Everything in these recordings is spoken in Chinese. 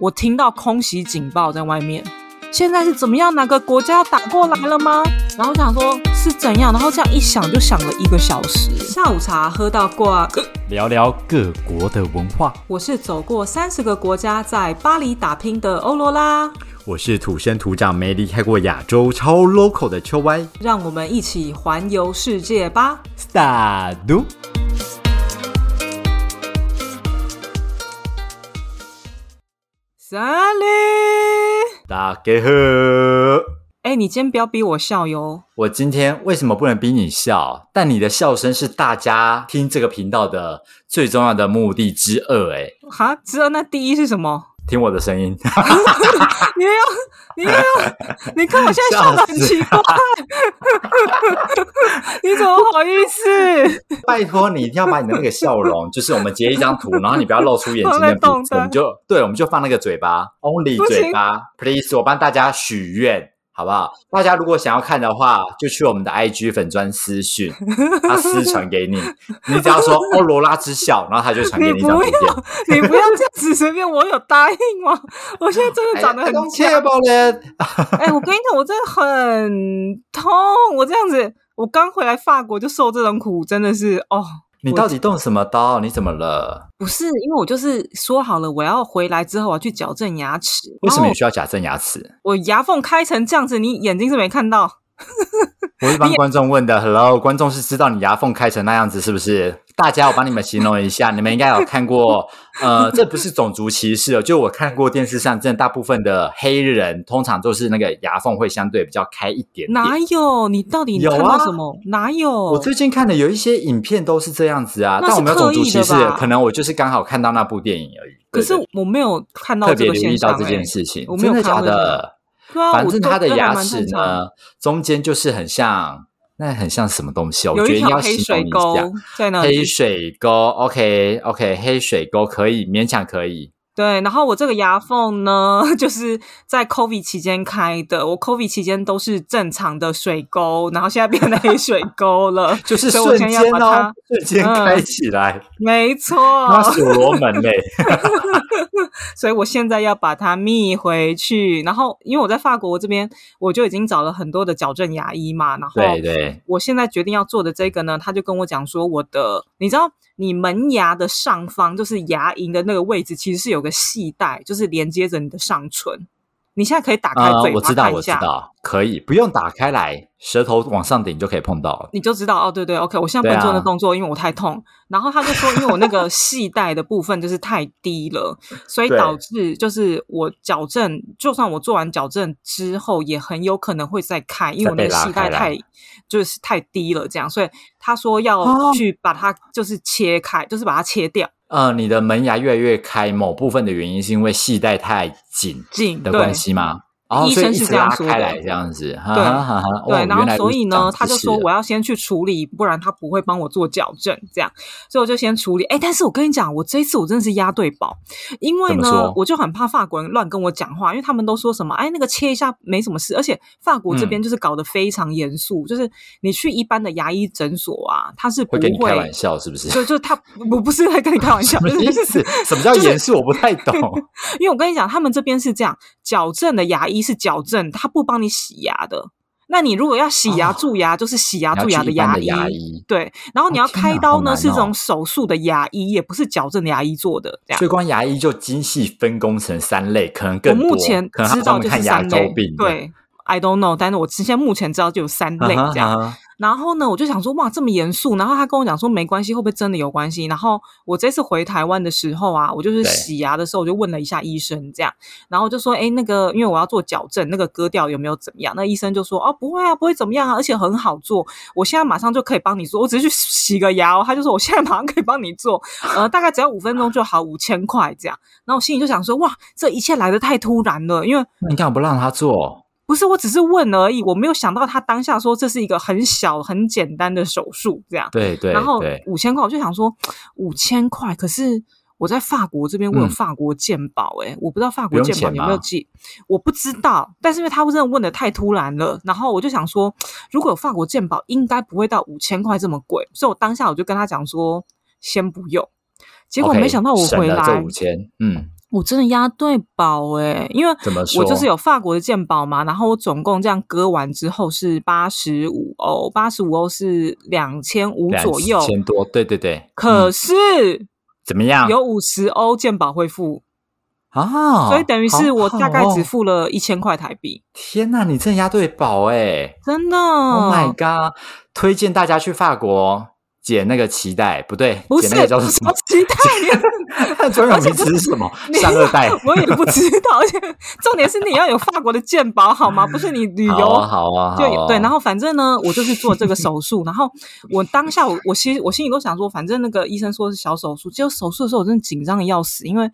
我听到空袭警报在外面，现在是怎么样？哪个国家打过来了吗？然后我想说是怎样，然后这样一想就想了一个小时。下午茶喝到挂，呃聊聊各国的文化。我是走过三十个国家，在巴黎打拼的欧罗拉，我是土生土长、没离开过亚洲、超 local 的秋歪。让我们一起环游世界吧。萨都，三里，大家好。哎，你今天不要逼我笑哟。我今天为什么不能逼你笑？但你的笑声是大家听这个频道的最重要的目的之二。哎，哈，知道那第一是什么？听我的声音，你又要，你又 要，你看我现在笑的很奇怪，你怎么好意思？ 拜托你一定要把你的那个 笑容，就是我们截一张图，然后你不要露出眼睛懂了跟鼻懂子，了我们就对，我们就放那个嘴巴，only 不行嘴巴，please，我帮大家许愿。好不好？大家如果想要看的话，就去我们的 IG 粉砖私讯， 他私传给你。你只要说“欧罗拉之笑”，然后他就传给你一张图你不片。你不要这样子随便，我有答应吗？我现在真的 长得很切爆嘞！哎、我跟你讲，我真的很痛，我这样子，我刚回来法国就受这种苦，真的是哦。你到底动什么刀？你怎么了？不是，因为我就是说好了，我要回来之后我要去矫正牙齿。为什么然你后需要矫正牙齿？我牙缝开成这样子，你眼睛是没看到？我是帮观众问的。Hello，观众是知道你牙缝开成那样子是不是？大家，我帮你们形容一下，你们应该有看过。 呃，这不是种族歧视哦，就我看过电视上，真的大部分的黑人通常都是那个牙缝会相对比较开一点点。哪有？你到底有看到啊什么？哪有？我最近看的有一些影片都是这样子啊，那但是我没有种族歧视刻意的吧，可能我就是刚好看到那部电影而已。可是对对我没有看到特这别个留现意象、到欸。这件事情我，没有真的看假到这的？对啊，反我正都它的都还牙蛮齿正常的呢，中间就是很像，那很像什么东西哦？我有觉得一一定条要黑形水容一沟下。在那里黑。水沟，OK OK，黑水沟可以，勉强 可以。。对，然后我这个牙缝呢， 就是在 COVID 期间开的。我 COVID 期间都是正常的水沟，然后现在变成黑水沟了 就是所以我瞬现间在要把哦它，瞬间嗯哦开起来，没错，那所罗门 嘞，所以我现在要把它密回去。然后，因为我在法国这边，我就已经找了很多的矫正牙医嘛，然后对对，我现在决定要做的这个呢，他就跟我讲说，我的，你知道，你门牙的上方，就是牙龈的那个位置，其实是有个系带，就是连接着你的上唇。你现在可以哦打开呃，嘴我知巴道看我一知下，道，可以不用打开来，舌头往上顶就可以碰到了。你就知道哦。对对，OK，我现在不能对啊做那动作，因为我太痛。然后他就说，因为我那 个系带的部分就是太低了，所以对导致就是我矫正，就算我做完矫正之后，也很有可能会再开，因为我那个再被拉系带开来太就是太低了，这样。所以他说要哦去把它就是切开，就是把它切掉。呃，你的门牙越来越开，某部分的原因是因为系带太紧紧的对关系吗？哦，医所以生一是直这样拉说开的来这样子，对对对对，然后所以呢，他就说我要要先去处理，不然他不会帮我做矫正，这样，所以我就先处理。哎，但是我跟你讲，我这一次我真的是押对宝，因为怎么呢说，我就很怕法国人乱跟我讲话，因为他们都说什么，哎，那个切一下没什么事，而且法国嗯这边就是搞得非常严肃，就是你去一般的牙医诊所啊，他是不会跟你开玩会，笑是不是？就就他 不不是在跟你开玩笑，什么就是意 思？什么叫就是严肃？我不太懂。因为我跟你讲，他们这边是这样，矫正的牙医是矫正，他不帮你洗牙的。那你如果要洗牙哦蛀牙，就是洗牙你要蛀牙去一般牙的医。牙医，对，然后你哦要天哪开刀好呢，难是这种哦手术的牙医，也不是矫正的牙医做的。这样所以，光牙医就精细分工成三类，可能我更多。目前可能他知道专门就是看牙三周类病。，啊对，I don't know，但是我之前目前知道就有三类这样。样。然后呢，我就想说，哇，这么严肃。然后他跟我讲说，没关系，会不会真的有关系？然后我这次回台湾的时候啊，我就是对洗牙的时候，我就问了一下医生，这样，然后就说，哎，那个因为我要做矫正，那个割掉有没有怎么样？那医生就说，哦，不会啊，不会怎么样啊，而且很好做，我现在马上就可以帮你做，我只是去洗个牙哦。他就说，我现在马上可以帮你做，呃，大概只要五分钟就好，五千块这样。然后我心里就想说，哇，这一切来的太突然了，因为那你干嘛不让他做？不是，我只是问而已，我没有想到他当下说这是一个很小、很简单的手术这样。对对然后对，五千块，我就想说五千块，可是我在法国这边我有嗯法国健保、欸，我不知道法不国用健保钱有没有吗寄，我不知道。但是因为他真的问的太突然了，然后我就想说，如果有法国健保，应该不会到五千块这么贵，所以我当下我就跟他讲说，先不用。结果 OK，没想到我省回了来这五千，嗯，我真的押对宝诶、因为怎么说？我就是有法国的鉴宝嘛，然后我总共这样割完之后是八十五欧，八十五欧是两千五左右。千多，对对对。可嗯啊是怎么样？有五十欧鉴宝会付，啊，所以等于是好我好大概只哦付了一千块台币，天呐，你真的押对宝哎、真的。 Oh my god！推荐大家去法国解那个脐带，不对，不解是那个叫做什什么么？期待， 专有而且名词是什么？ 你善二代。 我也不知道。 而且重点是你要有法国的鉴宝好吗？不是你旅游好啊，好啊，就好啊对，然后反正呢，我就是做这个手术，然后我当下我我心我心里都想说，反正那个医生说是小手术，结果手术的时候我真的紧张的要死，因为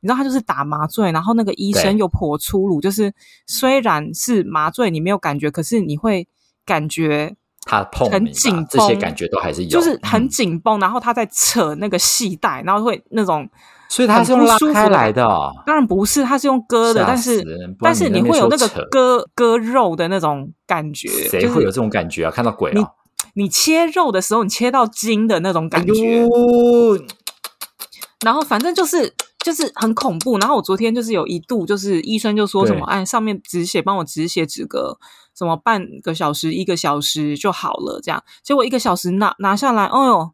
你知道他就是打麻醉，然后那个医生对又颇粗鲁，就是虽然是麻醉你没有感觉，可是你会感觉他碰你很吧紧这些绷感觉都还是有，就是很嗯紧绷，然后他在扯那个系带，然后会那种所以他很是用不拉舒服开的来感觉的哦，当然不是，他是用割的，吓但是死人不然但是你你那边会有说那个扯割割肉的那种感觉，谁就会有是这种感觉啊？看到鬼啊！你哎切肉的时候，你切到筋的那种感觉。哎呦， 然后反正就是就是很恐怖。然后我昨天就是有一度就是医生就说什么，对哎，上面止血，帮我止血止个什么半个小时、一个小时就好了，这样。结果一个小时拿拿下来，哎呦，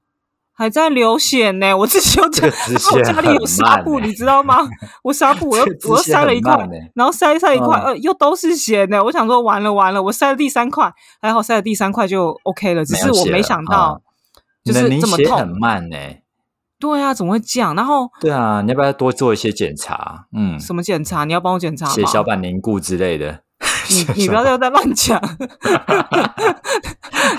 还在流血呢。我自 己又这讲个，止然后我血家很里有纱慢布，欸你知道吗？我纱布我又这个止我又血塞了很一块慢欸，然后塞塞一块，嗯呃，又都是血呢。我想说完了完了，我塞了第三块，还好塞了第三块就 OK 了，只没是有我血没了想嗯到。就你的是凝这么血痛很，慢呢、欸对啊，怎么会这样？然后对啊，你要不要多做一些检查？嗯，什么啊检查？你要帮我检查吗？血小板凝固之类的。你你不要再再乱 讲。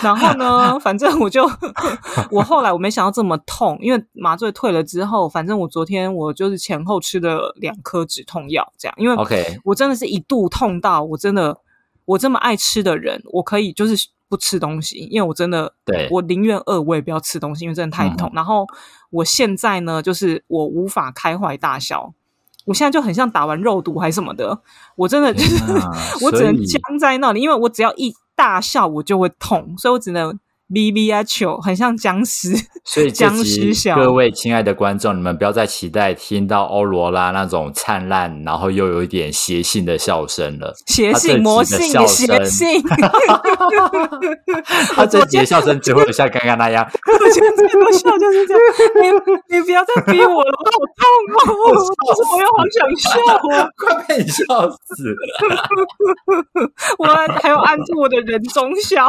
然后呢，反正我就 我后来我没想到这么痛，因为麻醉退了之后，反正我昨天我就是前后吃了两颗止痛药，这样，因为 OK，我真的是一度痛到我真的我这么爱吃的人，我可以就是不吃东西，因为我真的对嗯我宁愿饿，我也不要吃东西，因为真的太痛。然后我现在呢，就是我无法开怀大笑。我现在就很像打完肉毒还什么的，我真的就是天哪 我只能所以僵在那里，因为我只要一大笑我就会痛，所以我只能哔哔啊球，很像僵尸。 所以这僵集尸笑各位亲爱的观众，你们不要再期待听到欧罗拉那种灿烂，然后又有一点邪性的笑 声了。邪他这集性的魔性笑的邪声性， 他这集的笑声只会有像刚刚那样，我觉得最多笑就是这样。你你不要再逼我了，我好痛哦！我我又好想笑哦！快被你笑死 了。我还要按住我的人中笑。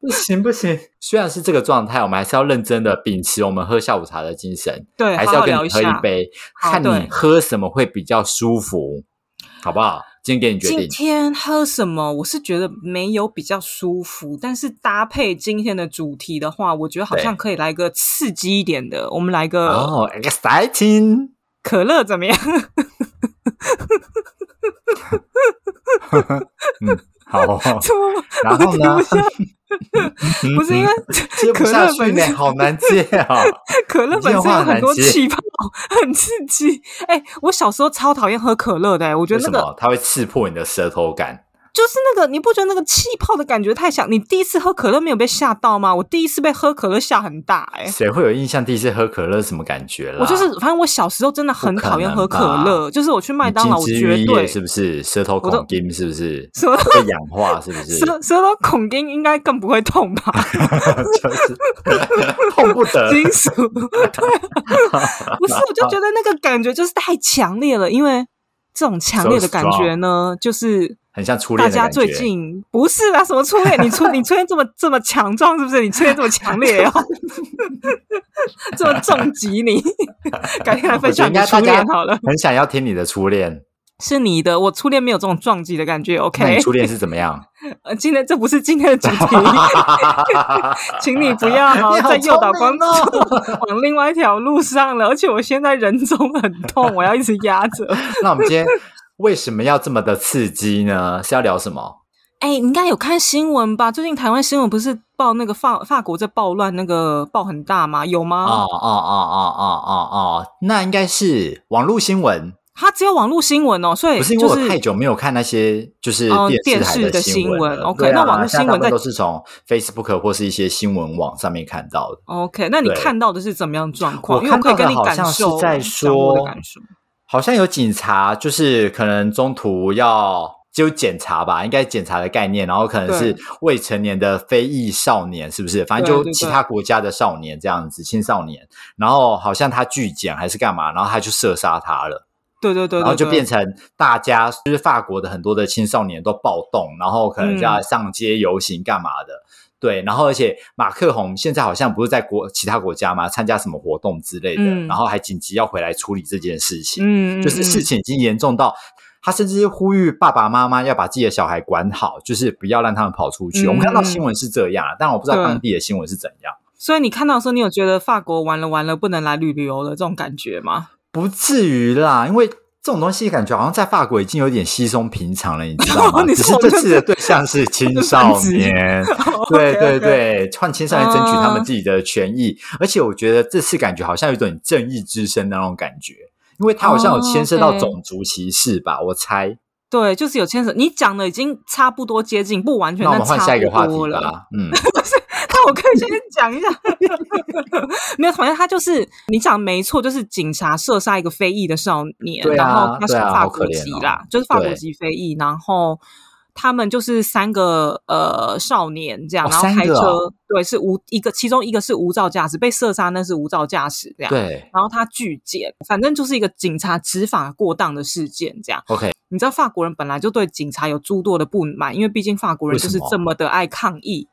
不行不行，虽然是这个状态，我们还是要认真的秉持我们喝下午茶的精神，对，还好是要好跟聊你喝一下。杯，好看你对喝什么会比较舒服，好不好？今天给你决今定。天喝什么？我是觉得没有比较舒服，但是搭配今天的主题的话，我觉得好像可以来个刺激一点的。我们来个哦、e x c i t i n g 可乐怎么样？ 嗯，好、 怎么然后呢？不嗯是因为接不可乐下去本呢，身好难接啊、可乐本身有很多你这话气泡，很刺激。哎、我小时候超讨厌喝可乐的、哎我觉为得那什个么它会刺破你的舌头感？就是那个，你不觉得那个气泡的感觉太强？你第一次喝可乐没有被吓到吗？我第一次被喝可乐吓很大、哎。谁会有印象第一次喝可乐是什么感觉啦？我就是，反正我小时候真的很讨厌喝可不可能乐，就是我去麦当劳，你我金枝绝玉对叶是不是舌头我都孔筋是不是什么会氧化是不是？舌舌头孔筋应该更不会痛吧？ 就是碰不得。金属对、啊，不是，我就觉得那个感觉就是太强烈了，因为这种强烈的感觉呢，就是很像初恋大的感家觉。最近不是啊，什么初恋？你 初你初恋这么这么强壮是不是？你初恋这么强烈哦， 这么重击你， 改天来分享你的初恋好了。很想要听你的初恋，是你的，我初恋没有这种撞击的感觉。那 OK，你初恋是怎么样？呃，今天这不是今天的主题， 请你不要你好再诱导聪观明众哦往另外一条路上了。而且我现在人中很痛，我要一直压着。那我们今天为什么要这么的刺激呢？是要聊什么？哎、你应该有看新闻吧？最近台湾新闻不是报那个法法国在暴乱，那个暴很大吗？有哦吗？哦哦哦哦哦哦，那应该是网络新闻，它只有网络新闻哦，所以不是因为就我太是久没有看那些就是哦视台电视的新新闻了 OK，对啊那网络新闻现在大部分在都是从 Facebook 或是一些新闻网上面看到的。 OK。那你对看到的是怎么样状况？我因为我看可到以跟的你好感像是受，在讲我的说感受。好像有警察，就是可能中途要就检查吧，应该检查的概念，然后可能是未成年的非裔少年，是不是？反正对就对其他国家的少年这样子，青少年，然后好像他拒检还是干嘛，然后他就射杀他了。对对对，然后就变成成大家就是法国的很多的青少年都暴动，然后可能就要嗯上街游行干嘛的。对，然后而且马克宏现在好像不是在国其他国家嘛，参加什么活动之类的，嗯然后还紧急要回来处理这件事情，嗯，嗯就是嗯事情已经严重到。他甚至呼吁爸爸妈妈要把自己的小孩管好，就是不要让他们跑出去。我们看到嗯新闻是这样，啊但我不知道对当地的新闻是怎样。所以你看到的时候，你有觉得法国完了完了不能来旅游了这种感觉 吗？不至于啦，因为这种东西感觉好像在法国已经有点稀松平常了，你知道 吗？你只说是这次的对 象是青少年，哦对 OK，OK 对对，换青少年争取他们自己的权益，而且我觉得这次感觉好像有一种正义之声的那种感觉。因为他好像有牵涉哦到，OK 种族歧视吧哦我猜。对，就是有牵扯。你讲的已经差不多接近，不完全，那但我们换下差一个不话题多了。吧。嗯，那我可以先讲一下， 没有，反正他就是你讲得没错，就是警察射杀一个非裔的少年，对啊然后他是对啊法好可国怜籍哦啦，就是法国对籍非裔，然后。他们就是三个呃少年这样，哦然后三开车、个哦对是无一个，其中一个是无照驾驶，被射杀那是无照驾驶这样，对然后他拒检，反正就是一个警察执法过当的事件这样。 ，OK，你知道法国人本来就对警察有诸多的不满，因为毕竟法国人就是为什么这么的爱抗议。哦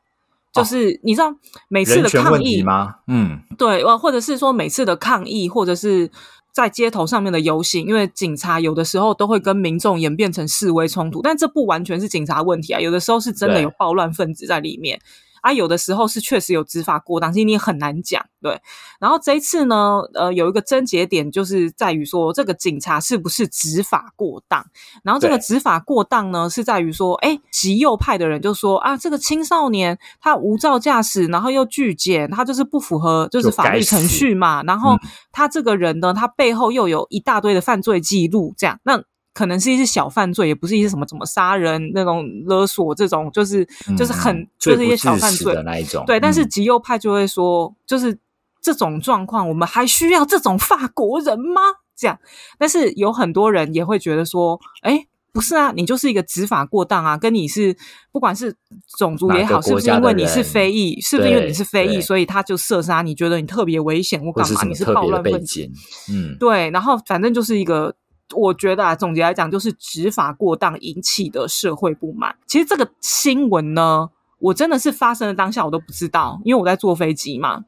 就是你知道 每次人的权问抗题议，吗？嗯，对，呃，或者是说每次的抗议，或者是在街头上面的游行，因为警察有的时候都会跟民众演变成示威冲突，但这不完全是警察问题啊，有的时候是真的对有暴乱分子在里面。啊，有的时候是确实有执法过当，其实你也很难讲，对。然后这一次呢，呃，有一个争节点就是在于说，这个警察是不是执法过当？然后这个对执法过当呢，是在于说，哎，极右派的人就说啊，这个青少年他无照驾驶，然后又拒检，他就是不符合就是就法律该死嗯程序嘛。然后他这个人呢，他背后又有一大堆的犯罪记录，这样那。可能是一些小犯罪，也不是一些什么怎么杀人那种勒索这种，就是就是嗯很、嗯就罪是一不些小至犯死罪的，那一种。对，但是嗯极右派就会说，就是这种状况，我们还需要这种法国人吗？这样，但是有很多人也会觉得说，哎，不是啊，你就是一个执法过当啊，跟你是不管是种族哪也个好，是不国是家因的为你是人非裔，是不是因为你对是非裔，对所以他就射杀你，觉得你特别危险或或干是嘛？什你么是特暴别的乱背分子，景？嗯，对，然后反正就是一个，我觉得啊，总结来讲就是执法过当引起的社会不满。其实这个新闻呢，我真的是发生的当下我都不知道，因为我在坐飞机嘛。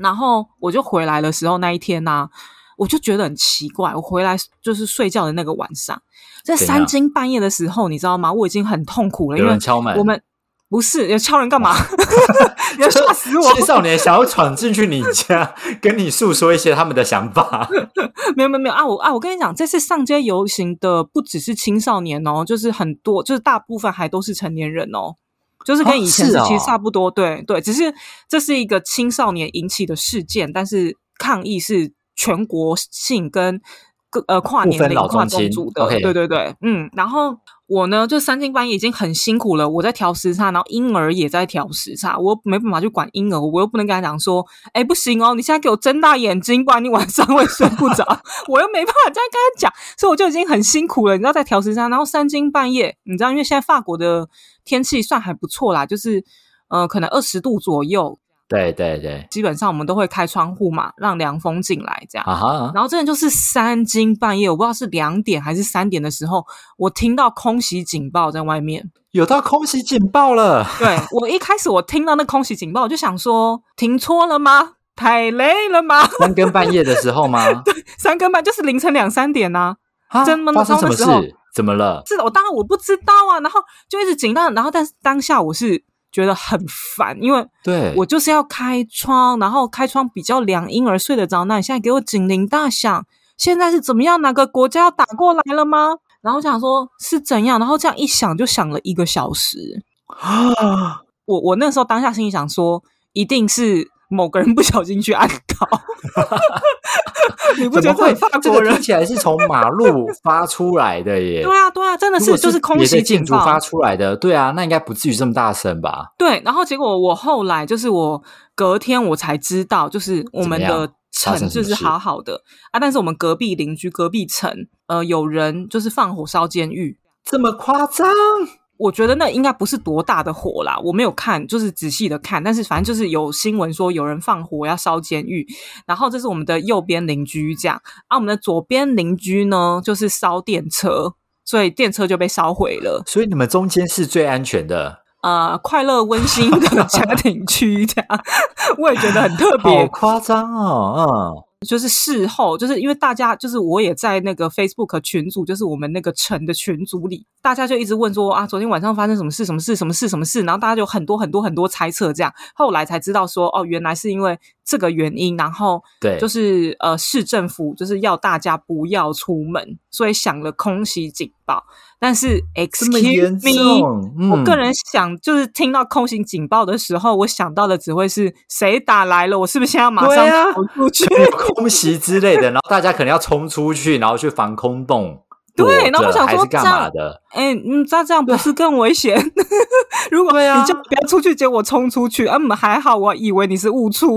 然后我就回来的时候那一天呢、我就觉得很奇怪，我回来就是睡觉的那个晚上，在怎三样更半夜的时候，你知道吗？我已经很痛苦了，因有为人敲门，我们。不是要敲人干嘛？ 你要吓死我！ 青少年想要闯进去你家， 跟你诉说一些他们的想法。 没有没有没有啊！我啊，我跟你讲，这次上街游行的不只是青少年哦，就是很多，就是大部分还都是成年人哦，就是啊跟以前是是哦其实差不多，对对，只是这是一个青少年引起的事件，但是抗议是全国性跟各呃跨年不分龄、老跨中种青族的 OK 对对对，嗯，然后。我呢，就三更半夜已经很辛苦了，我在调时差，然后婴儿也在调时差，我又没办法去管婴儿，我又不能跟他讲说，哎，不行哦，你现在给我睁大眼睛，不然你晚上会睡不着。 我又没办法这样跟他讲，所以我就已经很辛苦了。你知道，在调时差，然后三更半夜，你知道，因为现在法国的天气算还不错啦，就是呃，可能二十度左右， 对对对，基本上我们都会开窗户嘛，让凉风进来这样。啊哈，然后真的就是三更半夜，我不知道是两点还是三点的时候，我听到空袭警报在外面。有到空袭警报了，对我一开始我听到那空袭警报，我就想说停错了吗？太累了吗？三更半夜的时候 吗？三更半就是凌晨两三点呐、啊真的吗发生什么那时候事？怎么了？是的，我当然我不知道啊，然后就一直紧张，然后但是当下我是觉得很烦，因为对，我就是要开窗，然后开窗比较凉，婴儿睡得着。那你现在给我警铃大响，现在是怎么样？哪个国家要打过来了吗？然后我想说是怎样，然后这样一响就响了一个小 时。啊，我我那时候当下心里想说，一定是某个人不小心去按倒， 你不觉怎得这么会很法？这国个人听？起来是从马路发出来的 耶。对啊，对啊，真的如果是是就是空别的袭警建筑报发出来的，对啊，那应该不至于这么大声吧？对，然后结果我后来就是我隔天我才知道，就是我们怎么的样发城生什市么是事好好的啊，但是我们隔壁邻居隔壁城，呃，有人就是放火烧监狱，这么夸张？我觉得那应该不是多大的火啦，我没有看，就是仔细的看，但是反正就是有新闻说有人放火要烧监狱，然后这是我们的右边邻居这样，啊，我们的左边邻居呢就是烧电车，所以电车就被烧毁了，所以你们中间是最安全的，呃，快乐温馨 的家庭区这样，我也觉得很特好别，夸张哦！就是事后，就是因为大家，就是我也在那个 Facebook 群组，就是我们那个城的群组里，大家就一直问说啊，昨天晚上发生什么事，什么事，什么事，什么事，然后大家就很多很多很多猜测，这样后来才知道说，哦，原来是因为这个原因，然后对就是呃，市政府就是要大家不要出门，所以响了空袭警报，但是嗯，这么严 Excuse me，重，嗯、我个人想，就是听到空袭警报的时候，我想到的只会是谁打来了，我是不是现在要马对上啊跑出 去？有空袭之类的，然后大家可能要冲出去，然后去防空洞躲着。对然后我想还说是干这样嘛的？哎、嗯，那这样不是更危险？ 如果对啊你叫我不要出去，结果冲出去，嗯，还好，我以为你是误触。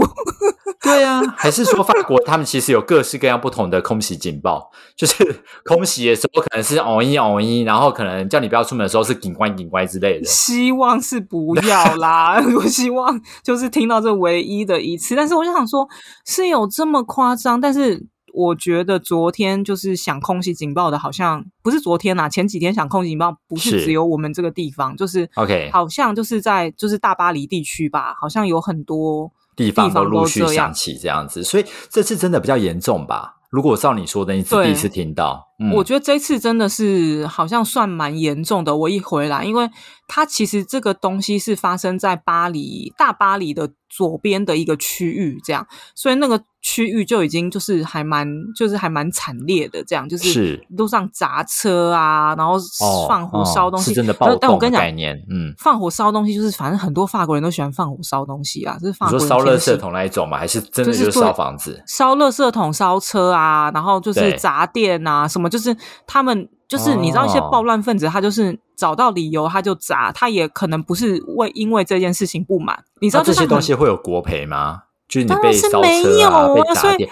对啊，还是说法国他们其实有各式各样不同的空袭警报，就是空袭的时候可能是哦一哦一，然后可能叫你不要出门的时候是警官警官之类的。希望是不要 啦，我希望就是听到这唯一的一次。但是我就想说，是有这么夸张？但是我觉得昨天就是响空袭警报的，好像不是昨天啦，前几天响空袭警报不是是只有我们这个地方，就是。 OK，好像就是在就是大巴黎地区吧，好像有很多地方地方都都陆续这样响起这样子，所以这次真的比较严重吧？如果照你说的，你是对第一次听到，嗯，我觉得这次真的是好像算蛮严重的。我一回来，因为它其实这个东西是发生在巴黎大巴黎的左边的一个区域，这样，所以那个区域就已经就是还蛮就是还蛮惨烈的，这样就是路上砸车啊，然后哦，放火烧东哦、西，是真的然暴后但我动跟你的讲概。念，嗯，放火烧东西就是，反正很多法国人都喜欢放火烧东西啊，这是法你国说人烧垃天性圾桶那一种吗？还是真的就是就是做烧房子？烧垃圾桶、烧车啊，然后就是对砸店啊，什么就是他们就是你知道一些哦暴乱分子，他就是找到理由他就砸，他也可能不是为因为这件事情不满，你知道那就像啊这些很东西会有国赔吗？就是你当被然是烧没车有啊，啊被所砸以店，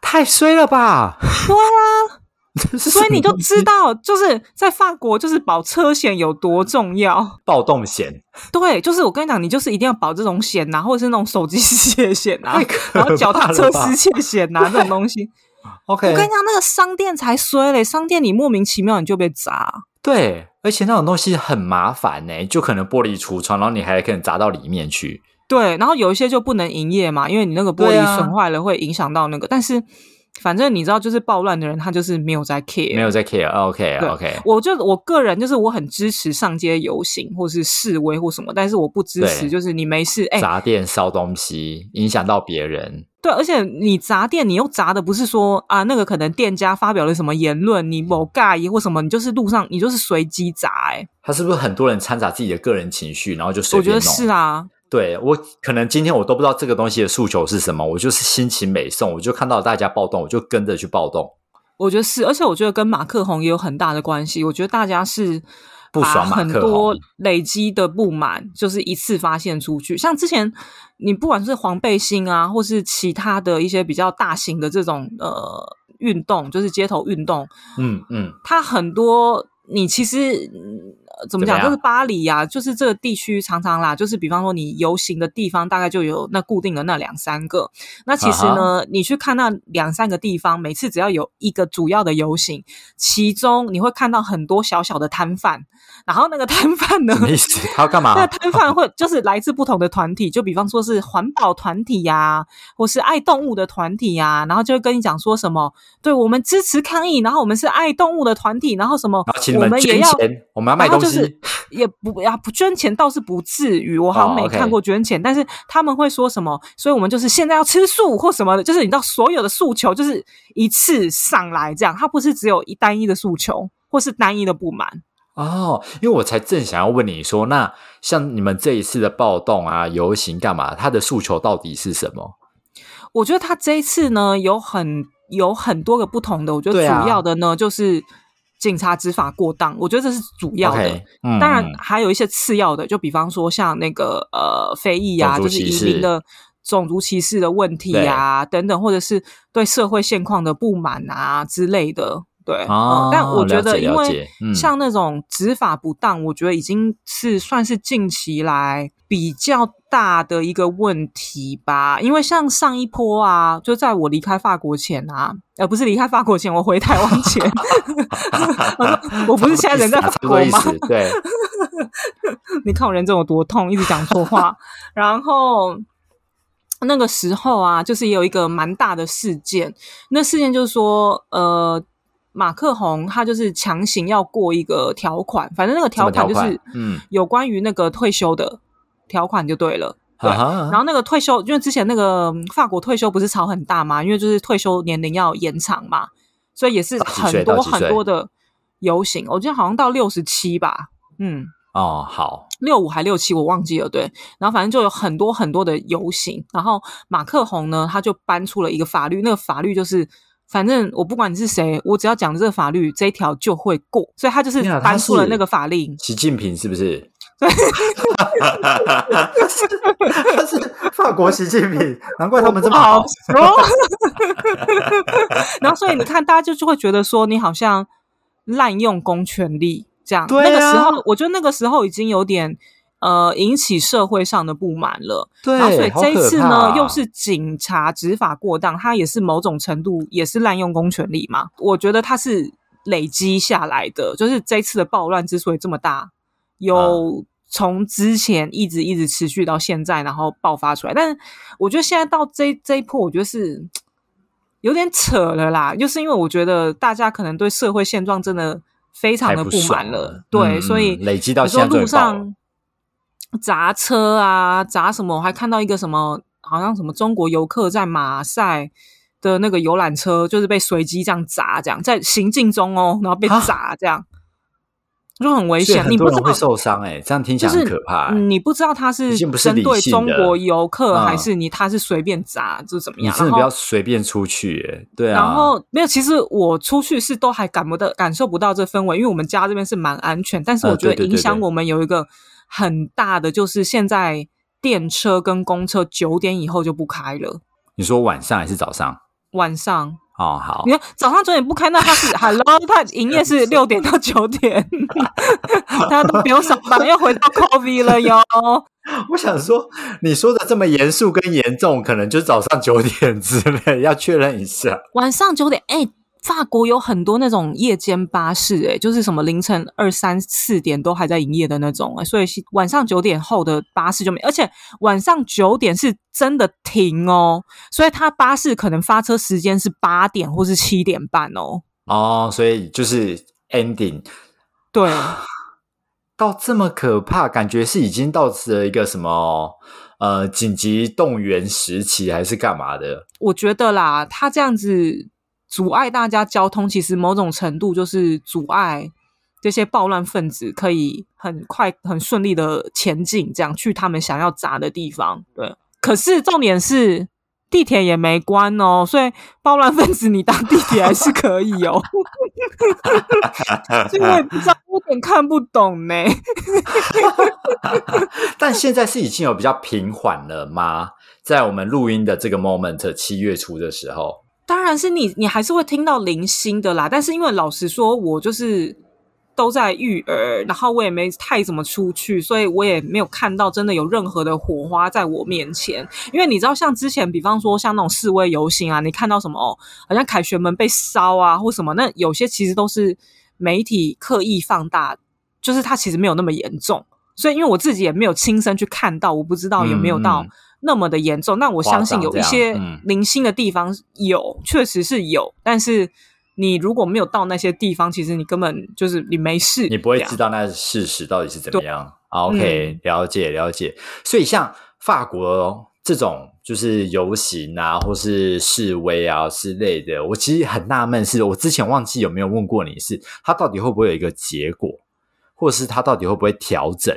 太衰了吧？对啊，这 是所以什么你就东西知道，就是在法国就是保车险有多重要。暴动险对，就是我跟你讲，你就是一定要保这种险呐、啊，或者是那种手机失窃险啊太，可然后脚怕踏了车吧失窃险啊，这种东 西。 ，OK，我跟你讲，那个商店才衰嘞，商店你莫名其妙你就被砸。啊对，而且那种东西很麻烦呢、就可能玻璃橱窗，然后你还可能砸到里面去。对，然后有一些就不能营业嘛，因为你那个玻对璃啊损坏了会影响到那个。但是反正你知道，就是暴乱的人他就是没有在 care。没有在 care，OK 对哎 OK，我就我个人就是我很支持上街游行或是示威或什么，但是我不支对持就是你没事哎、砸店烧东西，影响到别人，对，而且你砸店，你又砸的不是说啊那个可能店家发表了什么言论，你某尬一或什么，你就是路上你就是随机砸哎、他是不是很多人掺杂自己的个人情绪，然后就随我觉便得弄？是啊，对我可能今天我都不知道这个东西的诉求是什么，我就是心情美送，我就看到大家暴动，我就跟着去暴动，我觉得是，而且我觉得跟马克宏也有很大的关系。我觉得大家是不把爽马很克多宏累积的不满，就是一次发泄出去。像之前你不管是黄背心啊，或是其他的一些比较大型的这种呃运动，就是街头运动，嗯嗯，它很多你其实、嗯呃怎么怎么讲，样就是巴黎啊，就是这个地区常常啦，就是比方说你游行的地方大概就有那固定的那两三个。那其实啊呢，你去看那两三个地方，每次只要有一个主要的游行，其中你会看到很多小小的摊贩，然后那个摊贩呢什。么意思？他要干 那嘛？摊贩会就是来自不同的团体，就比方说是环保团体呀、或是爱动物的团体呀、然后就会跟你讲说什么，对我们支持抗议，然后我们是爱动物的团体，然后什么然后请，你我们也捐要。钱，我们要卖然后东就西。是 也不啊不捐钱倒是不至于，我好像哦没，OK 看过捐钱，但是他们会说什么？所以我们就是现在要吃素或什么的，就是你知道所有的诉求就是一次上来这样，它不是只有一单一的诉求或是单一的不满。哦，因为我才正想要问你说，那像你们这一次的暴动啊、游行干嘛？他的诉求到底是什么？我觉得他这一次呢，有很有很多个不同的。我觉得对啊主要的呢，就是警察执法过当，我觉得这是主要的。 OK，嗯，当然嗯还有一些次要的，就比方说像那个呃非裔啊，种就族是歧移视民的种族歧视的问题啊等等，或者是对社会现况的不满啊之类的。对，哦嗯但我觉了得解因了为解嗯像那种执法不当，我觉得已经是算是近期来比较大的一个问题吧。因为像上一波啊，就在我离开法国前啊，呃，不是离开法国前，我回台湾前，我说我不是现在人在法差不国多意吗？思，对， 你看我人中有多痛，一直讲错 话。然后那个时候啊，就是也有一个蛮大的事件，那事件就是说，呃，马克宏他就是强行要过一个条款，反正那个条款就什是么条款嗯有关于那个退休的条款就对了。对啊哈然后那个退休，因为之前那个嗯法国退休不是吵很大嘛，因为就是退休年龄要延长嘛，所以也是到几岁很到多几岁很多的游行，我记得好像到六十七吧，嗯，哦，好，六五还六七，我忘记了。对，然后反正就有很多很多的游行。然后马克宏呢，他就搬出了一个法律，那个法律就是，反正我不管你是谁，我只要讲这个法律，这一条就会过。所以他就是天啊他搬出了是那个法令。习近平是不是？ 他是法国习近平，难怪他们这么好。然后， 然后所以你看，大家就就会觉得说你好像滥用公权力这样。对啊那个时候，我觉得那个时候已经有点呃引起社会上的不满了。对，然后所以好这一可次怕呢啊，又是警察执法过当，他也是某种程度也是滥用公权力嘛。我觉得他是累积下来的，就是这一次的暴乱之所以这么大，有啊从之前一直一直持续到现在，然后爆发出来。但是我觉得现在到这这一波，我觉得是嘖有点扯了啦，就是因为我觉得大家可能对社会现状真的非常太的不不爽满了，对，嗯所以嗯累积到你现说在终于路爆了上砸车啊，砸什么？我还看到一个什么，好像什么中国游客在马赛的那个游览车，就是被随机这样砸，这样在行进中哦，然后被啊砸，这样就很危所以险。很你多不知人道会受伤哎、这样听起就来很是可怕、欸。嗯你不知道他已是经不是针理对性中的国游客，嗯还是你他是随便砸，就怎么你样？真然的不后要随便出去、欸，对啊。然后没有，其实我出去是都还感不到、感受不到这氛围，因为我们家这边是蛮安全。但是呃我觉对得对对影响对我们有一个很大的，就是现在电车跟公车九点以后就不开了，你说晚上还是早上？晚上。哦，好你，看早上九点不开，那他 是 Hello，他营业是六点到九点， 大家都不用上班，又回到 COVID 了哟。我想说，你说的这么严肃跟严重，可能就早上九点之类，要确认一下。晚上九点，哎、法国有很多那种夜间巴士、哎，就是什么凌晨二三四点都还在营业的那种、哎，所以是晚上九点后的巴士就没，而且晚上九点是真的停哦，所以它巴士可能发车时间是八点或是七点半哦，哦，所以就是 ending 对，到这么可怕，感觉是已经到了一个什么呃紧急动员时期，还是干嘛的？我觉得啦，他这样子阻碍大家交通，其实某种程度就是阻碍这些暴乱分子可以很快、很顺利的前进，这样去他们想要砸的地方。对，可是重点是地铁也没关哦，所以暴乱分子你搭地铁还是可以哦。 所以我也不知道，我有点看不懂呢。但现在是已经有比较平缓了吗？在我们录音的这个 moment，七月初的时候，当然是你，你还是会听到零星的啦。但是因为老实说，我就是都在育儿，然后我也没太怎么出去，所以我也没有看到真的有任何的火花在我面前。因为你知道，像之前，比方说像那种示威游行啊，你看到什么哦，好像凯旋门被烧啊，或什么，那有些其实都是媒体刻意放大，就是它其实没有那么严重。所以，因为我自己也没有亲身去看到，我不知道有没有到。嗯嗯那么的严重。那我相信有一些夸张这样嗯零星的地方有，确实是有，但是你如果没有到那些地方，其实你根本就是你没事，你不会这样知道那事实到底是怎么样。啊 OK，、嗯了解了解。所以像法国这种就是游行啊，或是示威啊之类的，我其实很纳闷是，我之前忘记有没有问过你是，它到底会不会有一个结果，或是它到底会不会调整？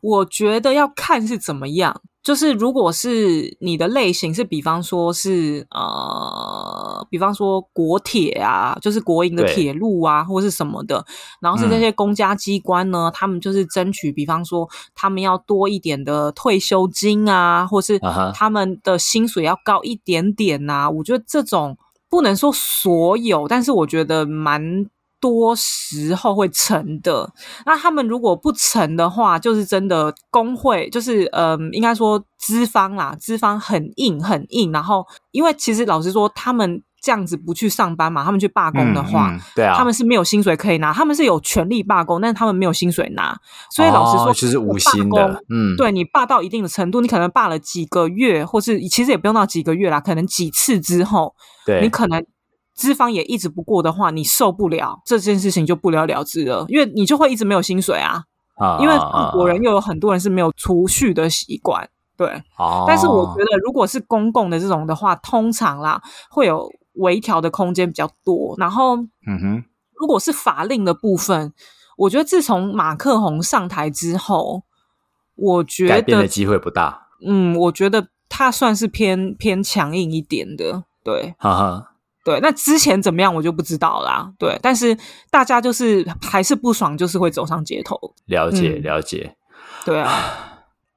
我觉得要看是怎么样。就是如果是你的类型是，比方说是呃比方说国铁啊，就是国营的对铁路啊，或是什么的，然后是这嗯些公家机关呢，他们就是争取，比方说他们要多一点的退休金啊，或是啊哈他们的薪水要高一点点呐、我觉得这种不能说所有，但是我觉得蛮。多时候会成的，那他们如果不成的话，就是真的工会，就是嗯、应该说资方啦，资方很硬很硬。然后，因为其实老实说，他们这样子不去上班嘛，他们去罢工的话，嗯嗯对啊，他们是没有薪水可以拿，他们是有权利罢工，但是他们没有薪水拿。所以老实说，哦就是无薪罢工的，嗯，对你罢到一定的程度，你可能罢了几个月，或是其实也不用到几个月啦，可能几次之后，对，你可能资方也一直不过的话，你受不了这件事情就不了了之了，因为你就会一直没有薪水啊。啊因为啊啊法国人又有很多人是没有储蓄的习惯，对。哦，但是我觉得，如果是公共的这种的话，通常啦会有微调的空间比较多，然后。嗯哼，如果是法令的部分，我觉得自从马克宏上台之后，我觉改变的得，机会不大，嗯，我觉得他算是偏偏强硬一点的，对哈哈，对。那之前怎么样我就不知道啦，对。但是大家就是还是不爽，就是会走上街头，了解嗯了解。对啊。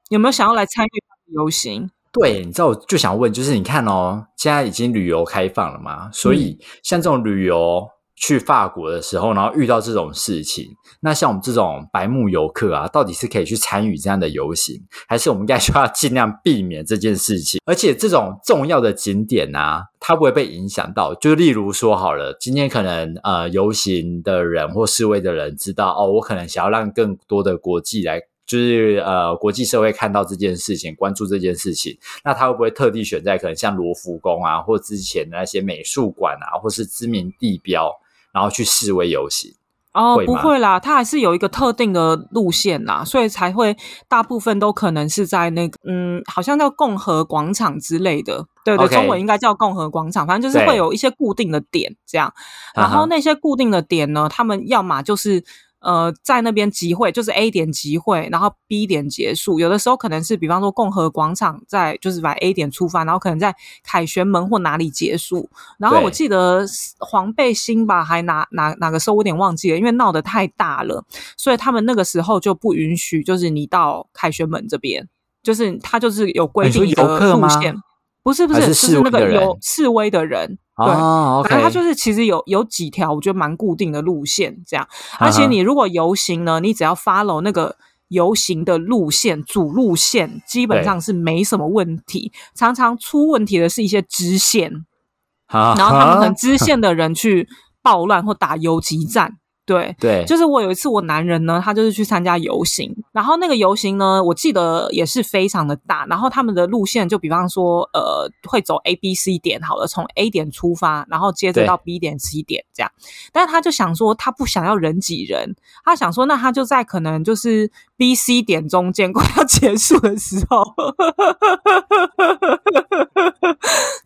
有没有想要来参与游行？对，你知道，我就想问，就是你看哦，现在已经旅游开放了嘛，所以像这种旅游去法国的时候，然后遇到这种事情，那像我们这种白目游客啊，到底是可以去参与这样的游行，还是我们应该需要尽量避免这件事情？而且这种重要的景点啊，它不会被影响到。就例如说好了，今天可能呃游行的人或示威的人知道哦，我可能想要让更多的国际来。就是呃，国际社会看到这件事情，关注这件事情，那他会不会特地选在可能像罗浮宫啊，或之前的那些美术馆啊，或是知名地标，然后去示威游行？哦，会不吗会啦，它还是有一个特定的路线啦，所以才会大部分都可能是在那个嗯，好像叫共和广场之类的，对对 OK 中文应该叫共和广场，反正就是对会有一些固定的点这样。然啊哈后那些固定的点呢，他们要么就是呃在那边集会，就是 A 点集会，然后 B 点结束。有的时候可能是比方说共和广场在就是把 A 点出发，然后可能在凯旋门或哪里结束。然后对我记得黄背心吧，还哪哪哪个时候我有点忘记了，因为闹得太大了，所以他们那个时候就不允许，就是你到凯旋门这边，就是他就是有规你说定的游客路吗线。不是不还是，是示就是威那的个人有示威的人，对哦反正，OK，它就是其实有有几条我觉得蛮固定的路线这样，啊而且你如果游行呢，你只要 follow 那个游行的路线主路线，基本上是没什么问题。常常出问题的是一些支线，啊哈，然后他们可能支线的人去暴乱或打游击战，对。 对，就是我有一次，我男人呢，他就是去参加游行，然后那个游行呢，我记得也是非常的大，然后他们的路线就比方说，呃，会走 A、B、C 点好了，从 A 点出发，然后接着对到 B 点、C 点这样。但是他就想说，他不想要人挤人，他想说，那他就在可能就是 B、C 点中间快要结束的时候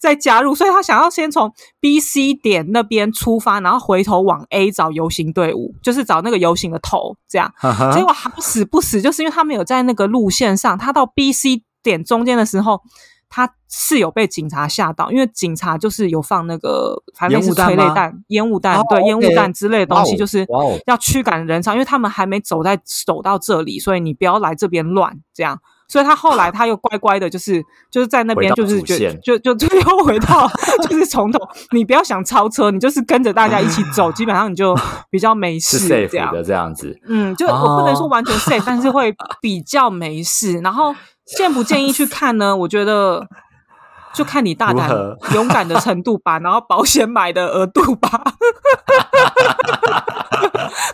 再加入，所以他想要先从 B、C 点那边出发，然后回头往 A 找游行队伍，就是找那个游行的头这样。啊哈结果好死不死，就是因为他没有在那个路线上，他到 B、C 点中间的时候，他是有被警察吓到，因为警察就是有放那个反正类似烟雾弹催泪吗弹、烟雾弹，哦对 OK 烟雾弹之类的东哇西，哦就是哇哦要驱赶人潮，因为他们还没走在走到这里，所以你不要来这边乱这样。所以他后来他又乖乖的，就是就是在那边回就到是主就线就就就又回 到就是从头，你不要想超车，你就是跟着大家一起 走，基本上你就比较没 是事这 safe 样。的这样子，嗯，就我不能说哦完 全 safe，、但是会比较没事。然后建不建议去看呢？我觉得就看你大胆如何勇敢的程度吧，然后保险买的额度吧。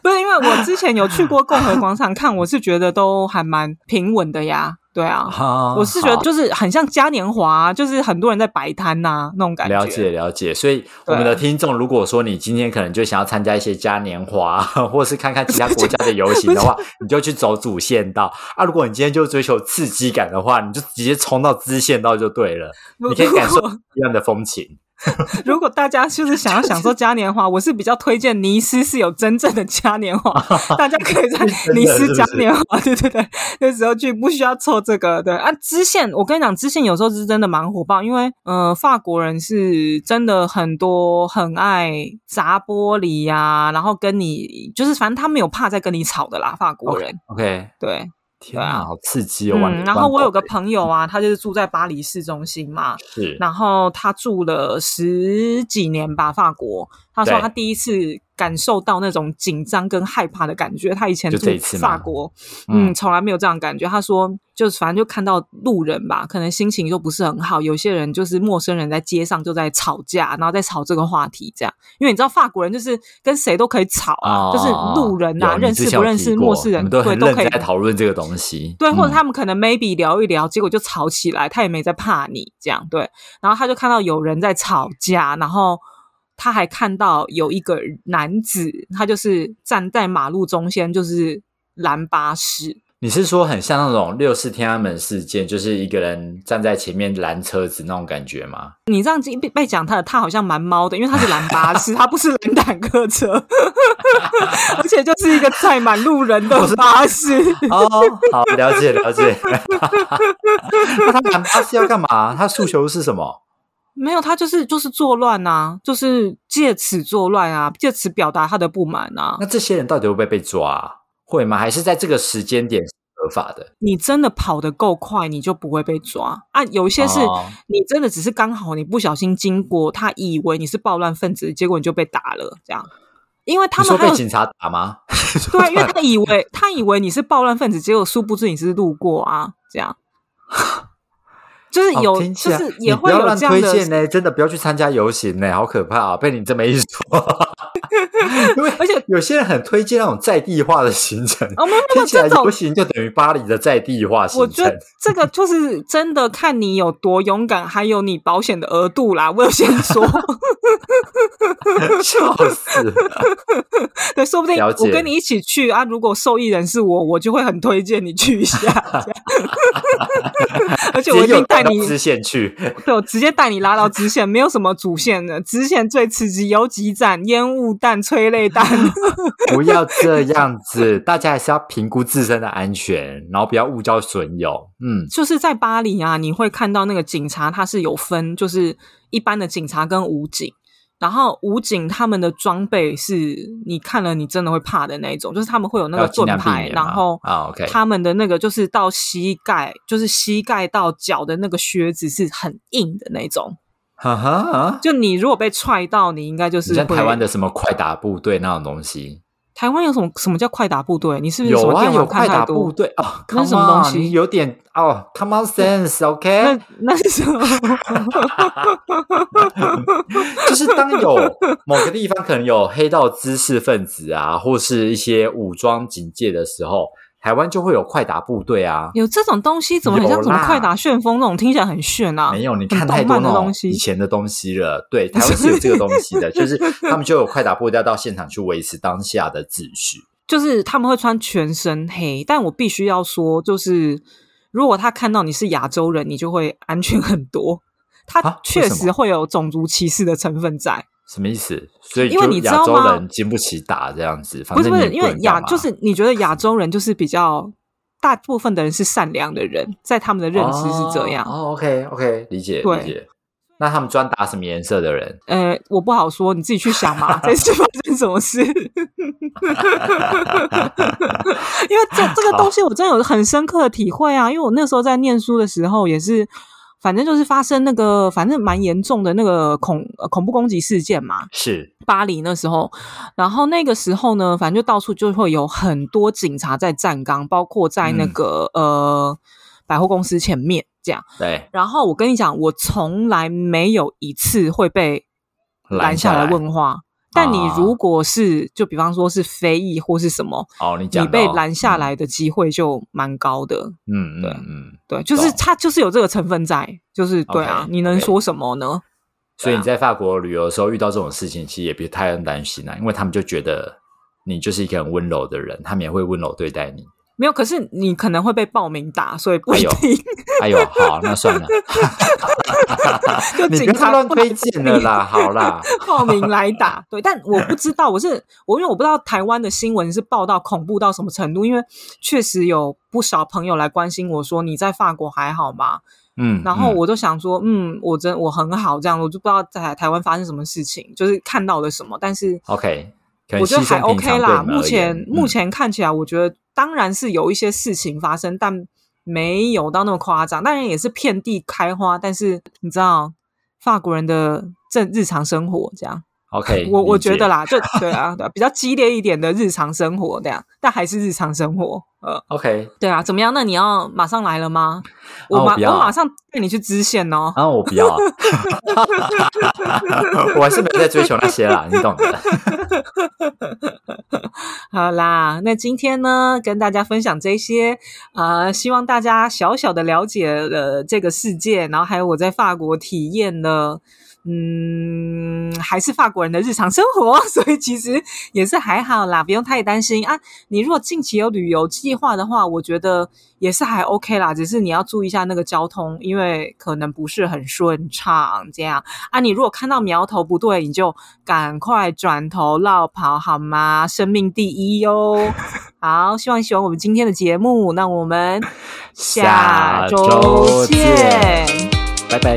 不是因为我之前有去过共和广场看，我是觉得都还蛮平稳的呀。对啊，啊我是觉得就是很像嘉年华、啊就是很多人在摆摊呐、那种感觉。了解了解，所以我们的听众，如果说你今天可能就想要参加一些嘉年华，啊或是看看其他国家的游行的话，你就去走主线道啊。如果你今天就追求刺激感的话，你就直接冲到支线道就对了，不你可以感受不过一样的风情。如果大家就是想要享受嘉年华，我是比较推荐尼斯是有真正的嘉年华，大家可以在尼斯嘉年华，对对对，那时候去不需要凑这个。对啊，支线我跟你讲，支线有时候是真的蛮火爆，因为呃，法国人是真的很多很爱砸玻璃呀、啊，然后跟你就是反正他没有怕再跟你吵的啦，法国人。 OK，对。天啊，好刺激哦！嗯，然后我有个朋友啊，他就是住在巴黎市中心嘛，是，然后他住了十几年吧，法国。他说他第一次感受到那种紧张跟害怕的感觉，他以前住法国，嗯，从来没有这样感觉。他说，就是反正就看到路人吧，可能心情就不是很好，有些人就是陌生人在街上就在吵架，然后在吵这个话题，这样，因为你知道法国人就是跟谁都可以吵啊，哦、就是路人啊，认识不认识陌生人，都对，都可以讨论这个东西，嗯对，或者他们可能 maybe 聊一聊，结果就吵起来，他也没在怕你这样，对，然后他就看到有人在吵架，然后。他还看到有一个男子，他就是站在马路中间，就是拦巴士。你是说很像那种六四天安门事件，就是一个人站在前面拦车子那种感觉吗？ 你这样子被被讲他的，他好像蛮猫的，因为他是拦巴士，他不是拦坦克车，而且就是一个载满路人的巴士。哦，好了解了解。 那他拦巴士要干嘛？他诉求是什么？没有，他就是就是作乱呐、啊，就是借此作乱啊，借此表达他的不满啊。那这些人到底会不会被抓、啊？会吗？还是在这个时间点是合法的？你真的跑得够快，你就不会被抓啊。有一些是、哦、你真的只是刚好你不小心经过，他以为你是暴乱分子，结果你就被打了，这样。因为他们被警察打吗？对，因为他以为他以为你是暴乱分子，结果殊不知你是路过啊，这样。 就是有，哦、就是也会有这样的推荐呢、欸，真的不要去参加游行呢、欸，好可怕啊！被你这么一说， 因为而且有些人很推荐那种在地化的行程， 哦，没有没有，这种游行就等于巴黎的在地化行程。我觉得这个就是真的看你有多勇敢，还有你保险的额度啦。我有先说， 笑死！对，说不定我跟你一起去啊。如果受益人是我，我就会很推荐你去一 下， 而且我一定带。你支线去，对，我直接带你拉到支线，没有什么主线的，支线最刺激，游击战、烟雾弹、催泪 弹。不要这样子，大家还是要评估自身的安全，然后不要误交损友。嗯，就是在巴黎啊，你会看到那个警察，他是有分，就是一般的警察跟武警。然后武警他们的装备是你看了你真的会怕的那一种，就是他们会有那个盾牌，然后啊他们的那个就是到膝盖，就是膝盖到脚的那个靴子是很硬的那种。哈哈，就你如果被踹到，你应该就是像台湾的什么快打部队那种东西。台湾有什么什么叫快打部队？你是不是有啊？有快打部队哦，那是什么东西？你有点哦，common sense，OK？ 那那是什么？就是当有某个地方可能有黑道知识分子啊，或是一些武装警戒的时候，台湾就会有快打部队啊。有这种东西，怎么很像什么快打旋风那种？听起来很炫啊！没有，你看太多的东西，以前的东西 了。对，台湾是有这个东西的，就是他们就有快打部队到现场去维持当下的秩序。就是他们会穿全身黑，但我必须要说，就是如果他看到你是亚洲人，你就会安全很多。他啊确实会有种族歧视的成分在。什么意思？所以因为你知道吗？亚洲人经不起打这样子，反不是不是，因为亚就是你觉得亚洲人就是比较大部分的人是善良的人， 在他们的认知是这样。哦,哦，OK OK，理解理解。那他们专打什么颜色的人？呃，我不好说，你自己去想 嘛。这次发生什么事？ 因为这这个东西我真的有很深刻的体会啊！因为我那时候在念书的时候，也是反正就是发生那个反正蛮严重的那个恐、呃、恐怖攻击事件嘛。是巴黎那时候，然后那个时候呢，反正就到处就会有很多警察在站岗，包括在那个、嗯、呃百货公司前面。这样对，然后我跟你讲，我从来没有一次会被拦下来问话。但你如果是、啊、就比方说是非议或是什么，哦，你你被拦下来的机会就蛮高的。嗯，对，嗯，嗯对，就是它就是有这个成分在，就是对啊，okay, 你能说什么呢？所以啊你在法国旅游的时候遇到这种事情，其实也别太担心了、啊，因为他们就觉得你就是一个很温柔的人，他们也会温柔对待你。没有，可是你可能会被报名打，所以不一定。哎呦，好，那算了，就你警不要察乱不推荐 了啦，好啦， 报名来打，对，但我不知道，我是我，因为我不知道台湾的新闻是报道恐怖到什么程度，因为确实有不少朋友来关心我说你在法国还好吗？嗯，然后嗯我就想说，嗯，我真我很好，这样我就不知道在台湾发生什么事情，就是看到了什么，但是 OK，可能我觉得牺牲还平 OK 常对啦。你们目而前、言目嗯前看起来，我觉得当然是有一些事情发生，但没有到那么夸张。当然也是遍地开花，但是你知道法国人的正日常生活这样， OK，我我理解觉得 啦，就对啊，对啊，比较激烈一点的日常生活这样，但还是日常生活，呃， OK，对啊，怎么样？那你要马上来了吗？我哦马、不要我马上带你去支线哦。然后我不要啊， 我还是没在追求那些啦，你懂的。好啦，那今天呢，跟大家分享这些，啊，希望大家小小的了解了这个世界，然后还有我在法国体验了，嗯，还是法国人的日常生活， 所以其实也是还好啦，不用太担心啊。你如果近期有旅游计划的话，我觉得也是还 OK 啦，只是你要注意一下那个交通，因为可能不是很顺畅这样。啊，你如果看到苗头不对，你就赶快转头绕跑好吗？生命第一哟、好，希望你喜欢我们今天的节目，那我们下周见见。拜拜。